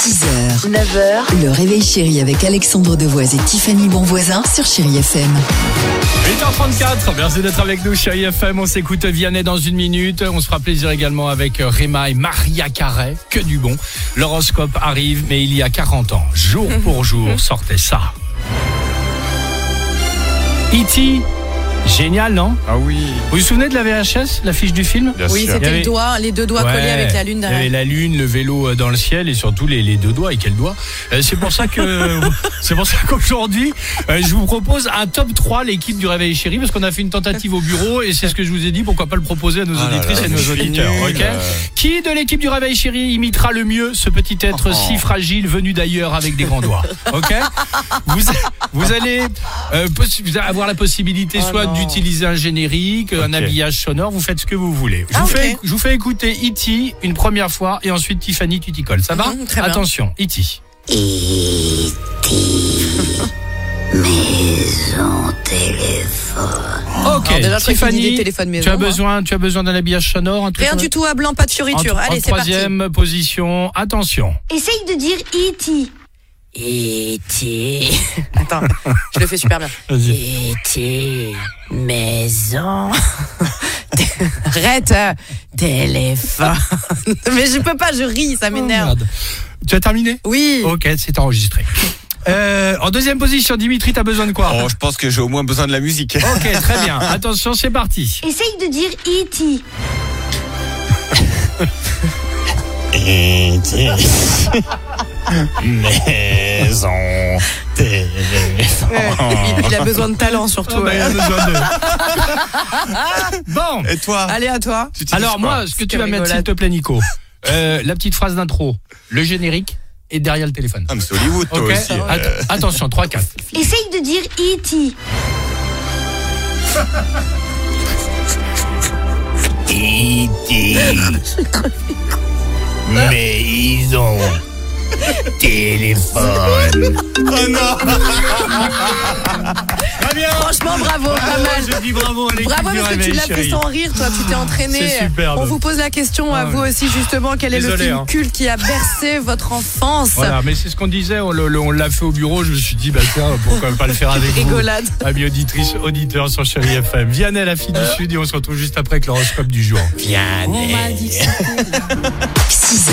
6h, 9h, le réveil chéri avec Alexandre Devoise et Tiffany Bonvoisin sur Chéri FM. 8h34, merci d'être avec nous chérie FM, on s'écoute Vianney dans une minute, on se fera plaisir également avec Réma et Maria Carré, que du bon. L'horoscope arrive, mais il y a 40 ans, jour pour jour, sortez ça. E.T., génial non Ah oui, Vous vous souvenez de la VHS, la fiche du film bien Il sûr. Oui, y c'était avait- le doigt, les deux doigts collés Ouais. avec la lune Il y avait derrière. la lune, le vélo euh, dans le ciel et surtout les, les deux doigts et quel doigt. Euh, c'est pour ça que c'est pour ça qu'aujourd'hui euh, je vous propose un top 3 l'équipe du réveil chéri parce qu'on a fait une tentative au bureau et c'est ce que je vous ai dit pourquoi pas le proposer à nos Ah là auditrices là, et nos je suis auditeurs. nul, ok euh. Qui de l'équipe du réveil chéri imitera le mieux ce petit être Oh. si fragile venu d'ailleurs avec des grands doigts Ok Vous vous allez euh, possi- vous allez avoir la possibilité Oh soit non. d'utiliser un générique, un Ok. habillage sonore, vous faites ce que vous voulez. Je Ah, vous ok. fais je vous fais écouter E.T. une première fois et ensuite Tiffany, tu t'y colles. Ça va Mhm, très bien. Attention, E E.T. maison téléphone. Ok, Alors déjà, je crois qu'il dit Tiffany, des téléphones maison, tu, as moi. besoin, tu as besoin d'un habillage sonore un truc Rien comme- du tout à blanc, pas de En, fioriture. en Allez, c'est parti. troisième position, attention. Essaye de dire E.T. E.T. Attends, je le fais super bien. E.T. Maison. Arrête, euh, téléphone. Mais je peux pas, je ris, ça m'énerve. Merde. Tu as terminé Oui. Ok, c'est enregistré. Euh, en deuxième position, Dimitri, t'as besoin de quoi Oh, je pense que j'ai au moins besoin de la musique. Ok, très bien. Attention, c'est parti. Essaye de dire E E.T. Maison. Oh. Ouais. Il, il a besoin de talent surtout. ouais. bah, Bon, Et toi Allez à toi. tu t'y alors dis quoi moi, ce que Eh, tu que vas mettre, s'il rigolade. te plaît, Nico, euh, la petite phrase d'intro, le générique et derrière le téléphone. Ah, mais c'est Hollywood, toi Ok Ah aussi. euh. Att- Attention, 3, 4. Essaye de dire E E.T. Maison. Téléphone. Oh non Très bien Franchement, bravo, pas mal. Ah, Je dis bravo à l'équipe Bravo du parce que tu Réveil, l'as fait chérie. sans rire, toi, tu t'es entraîné. C'est superbe. On vous pose la question à Ah vous ouais. aussi justement, quel est le Désolé, film hein. culte qui a bercé votre enfance Voilà, mais c'est ce qu'on disait, on le- le- on l'a fait au bureau, je me suis dit, bah tiens, pourquoi pas le faire avec vous Rigolade. Amis auditrices, auditeurs sur Chéri FM. Vianney, la fille du Sud, et on se retrouve juste après avec l'horoscope du jour. Vianney. 6h,